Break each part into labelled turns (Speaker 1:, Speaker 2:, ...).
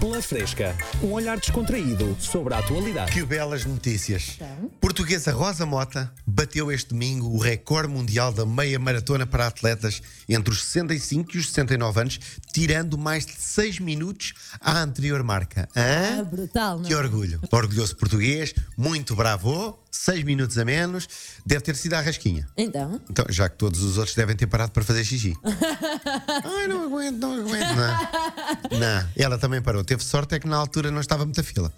Speaker 1: Pela Fresca, um olhar descontraído sobre a atualidade.
Speaker 2: Que belas notícias.
Speaker 3: Então?
Speaker 2: Portuguesa Rosa Mota bateu este domingo o recorde mundial da meia maratona para atletas entre os 65 e os 69 anos, tirando mais de 6 minutos à anterior marca. Hã?
Speaker 3: Ah, brutal, não
Speaker 2: Que
Speaker 3: é?
Speaker 2: orgulho. Orgulhoso português, muito bravo, 6 minutos a menos, deve ter sido à rasquinha.
Speaker 3: Então,
Speaker 2: Então, já que todos os outros devem ter parado para fazer xixi. Ai, não aguento, não aguento. Não. não, ela também parou. Teve sorte é que na altura não estava muita fila.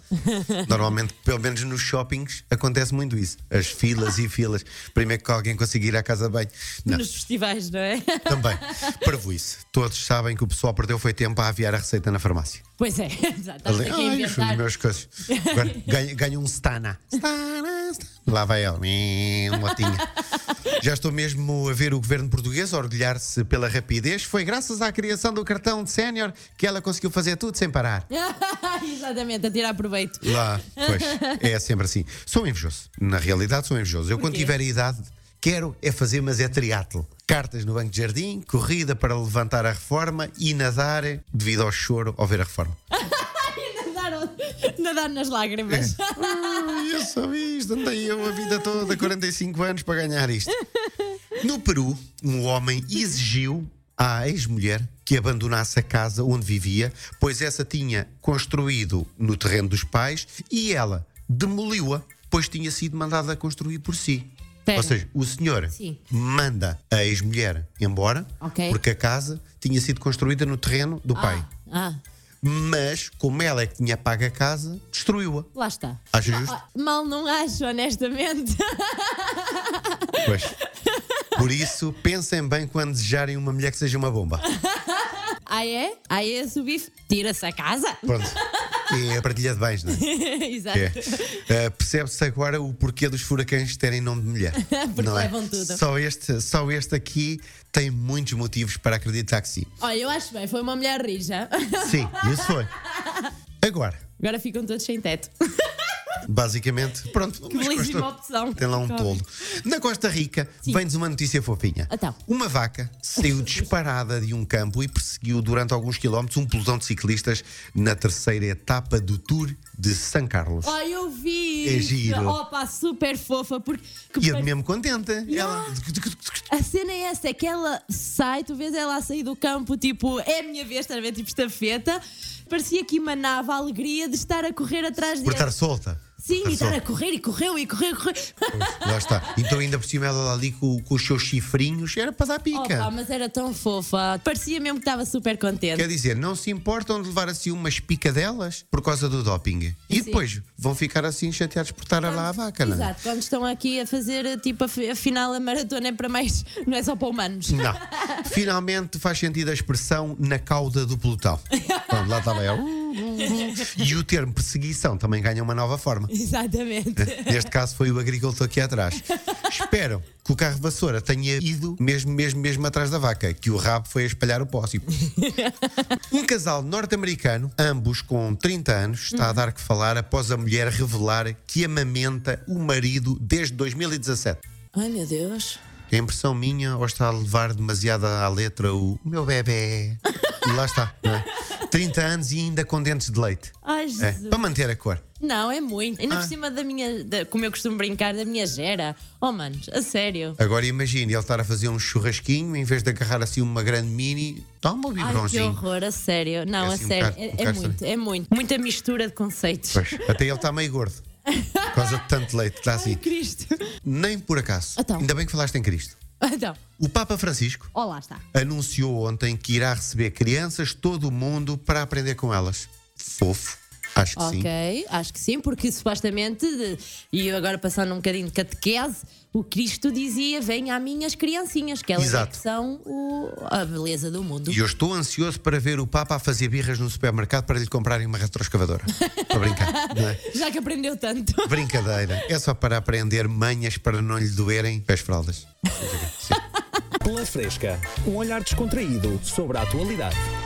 Speaker 2: Normalmente, pelo menos nos shoppings, acontece muito isso. As filas e filas. Primeiro que alguém conseguir ir à casa de banho. Não,
Speaker 3: nos festivais, não é?
Speaker 2: também. Parvo isso. Todos sabem que o pessoal perdeu foi tempo a aviar a receita na farmácia.
Speaker 3: Pois é, já estás
Speaker 2: Ali,
Speaker 3: aqui a
Speaker 2: ai, os
Speaker 3: inventar.
Speaker 2: meus coisas. Agora, ganho, ganho um Stana. Stana, Stana. Lá vai ela. Hum, Motinha. Já estou mesmo a ver o governo português orgulhar-se pela rapidez. Foi graças à criação do cartão de sénior que ela conseguiu fazer tudo sem parar.
Speaker 3: Exatamente, a tirar proveito.
Speaker 2: Lá, pois, é sempre assim. Sou invejoso. Na realidade, sou invejoso. Eu, quando
Speaker 3: Porquê?
Speaker 2: tiver a idade, quero é fazer, mas é triatlo. Cartas no banco de jardim, corrida para levantar a reforma e nadar devido ao choro ao ver a reforma.
Speaker 3: Nadaram, nadar nas lágrimas.
Speaker 2: Ah, eu só isto, andei eu a vida toda, 45 anos para ganhar isto. No Peru, um homem exigiu à ex-mulher que abandonasse a casa onde vivia, pois essa tinha construído no terreno dos pais e ela demoliu-a, pois tinha sido mandada a construir por si.
Speaker 3: Pera.
Speaker 2: Ou seja, o senhor
Speaker 3: Sim.
Speaker 2: manda a ex-mulher embora
Speaker 3: Ok.
Speaker 2: porque a casa tinha sido construída no terreno do pai.
Speaker 3: Ah, ah,
Speaker 2: Mas, como ela é que tinha pago a casa, destruiu-a.
Speaker 3: lá está.
Speaker 2: Acha justo?
Speaker 3: Ah, Mal não acho, honestamente.
Speaker 2: Pois. Por isso, pensem bem quando desejarem uma mulher que seja uma bomba.
Speaker 3: Ah é? Ah é esse o bife? Tira-se a casa?
Speaker 2: Pronto. É a partilha de bens, não é?
Speaker 3: Exato.
Speaker 2: É. Ah, Percebe-se agora o porquê dos furacões terem nome de mulher.
Speaker 3: Porque
Speaker 2: não é?
Speaker 3: levam tudo.
Speaker 2: Só este, só este aqui tem muitos motivos para acreditar que sim.
Speaker 3: Olha, eu acho bem, foi uma mulher rija.
Speaker 2: Sim, isso foi. Agora,
Speaker 3: Agora ficam todos sem teto.
Speaker 2: basicamente, pronto.
Speaker 3: Que
Speaker 2: mas
Speaker 3: belíssima
Speaker 2: gostou.
Speaker 3: opção.
Speaker 2: Tem lá um
Speaker 3: Come.
Speaker 2: tolo. Na Costa Rica, vem-nos uma notícia fofinha.
Speaker 3: Então.
Speaker 2: Uma vaca saiu disparada de um campo e perseguiu durante alguns quilómetros um pelotão de ciclistas na terceira etapa do Tour de São Carlos.
Speaker 3: Oh, eu vi!
Speaker 2: É
Speaker 3: isto.
Speaker 2: giro.
Speaker 3: Opa, super fofa, porque que
Speaker 2: E eu
Speaker 3: par-
Speaker 2: mesmo contente. Ela.
Speaker 3: a cena é essa, é que ela sai, tu vês ela a sair do campo, tipo, é a minha vez, estás a ver, tipo estafeta. Parecia que emanava a alegria de estar a correr atrás
Speaker 2: Por
Speaker 3: dele.
Speaker 2: estar solta.
Speaker 3: Sim,
Speaker 2: Por
Speaker 3: e
Speaker 2: estar
Speaker 3: estar a
Speaker 2: solta.
Speaker 3: correr, e correu, e correu, e correu.
Speaker 2: Lá está. Então, ainda por cima, ela ali com, com os seus chifrinhos, era para dar pica.
Speaker 3: Opa, mas era tão fofa. Parecia mesmo que estava super contente.
Speaker 2: Quer dizer, não se importam de levar assim umas picadelas por causa do doping. E
Speaker 3: Sim.
Speaker 2: depois vão ficar assim chateados por estar lá a vaca, não é?
Speaker 3: Exato, quando estão aqui a fazer, tipo, a- afinal a maratona é para mais, não é só para humanos.
Speaker 2: Não. Finalmente faz sentido a expressão na cauda do pelotão. Pronto, lá estava eu. E o termo perseguição também ganha uma nova forma.
Speaker 3: Exatamente.
Speaker 2: Neste caso foi o agricultor aqui atrás. Espero que o carro vassoura tenha ido mesmo, mesmo, mesmo atrás da vaca, que o rabo foi a espalhar o póssimo. Um casal norte-americano, ambos com 30 anos, está a dar que falar após a mulher revelar que amamenta o marido desde 2017.
Speaker 3: Ai meu Deus.
Speaker 2: É impressão minha ou está a levar demasiado à letra o meu bebê? E lá está, não é? 30 anos e ainda com dentes de leite.
Speaker 3: Ai
Speaker 2: É,
Speaker 3: Jesus.
Speaker 2: para manter a cor.
Speaker 3: Não, é muito. Ainda
Speaker 2: Ah.
Speaker 3: por cima da minha, da- como eu costumo brincar, da minha gera. Oh, manos, a sério.
Speaker 2: Agora imagine ele estar a fazer um churrasquinho em vez de agarrar assim uma grande mini, toma o
Speaker 3: Ai, que
Speaker 2: biberonzinho.
Speaker 3: horror, a sério. Não,
Speaker 2: É
Speaker 3: a
Speaker 2: assim um
Speaker 3: sério.
Speaker 2: bocado- um
Speaker 3: é, é
Speaker 2: bocado
Speaker 3: muito, é muito. Muita mistura de conceitos.
Speaker 2: Pois, até ele está meio gordo. Por causa de tanto leite, está
Speaker 3: Ai,
Speaker 2: assim.
Speaker 3: Cristo.
Speaker 2: Nem por acaso.
Speaker 3: Então.
Speaker 2: Ainda bem que falaste em Cristo.
Speaker 3: Então,
Speaker 2: O Papa Francisco
Speaker 3: ó lá está.
Speaker 2: anunciou ontem que irá receber crianças de todo o mundo para aprender com elas. Fofo, acho que sim.
Speaker 3: Ok, acho que sim, porque supostamente, de- e eu agora passando um bocadinho de catequese, o Cristo dizia: Venha a minhas criancinhas, que elas é
Speaker 2: Exato.
Speaker 3: que são o- a beleza do mundo.
Speaker 2: E eu estou ansioso para ver o Papa a fazer birras no supermercado para lhe comprarem uma retroescavadora. Para brincar, não é?
Speaker 3: Já que aprendeu tanto.
Speaker 2: Brincadeira. É só para aprender manhas para não lhe doerem as fraldas.
Speaker 1: Pela Fresca, um olhar descontraído sobre a atualidade.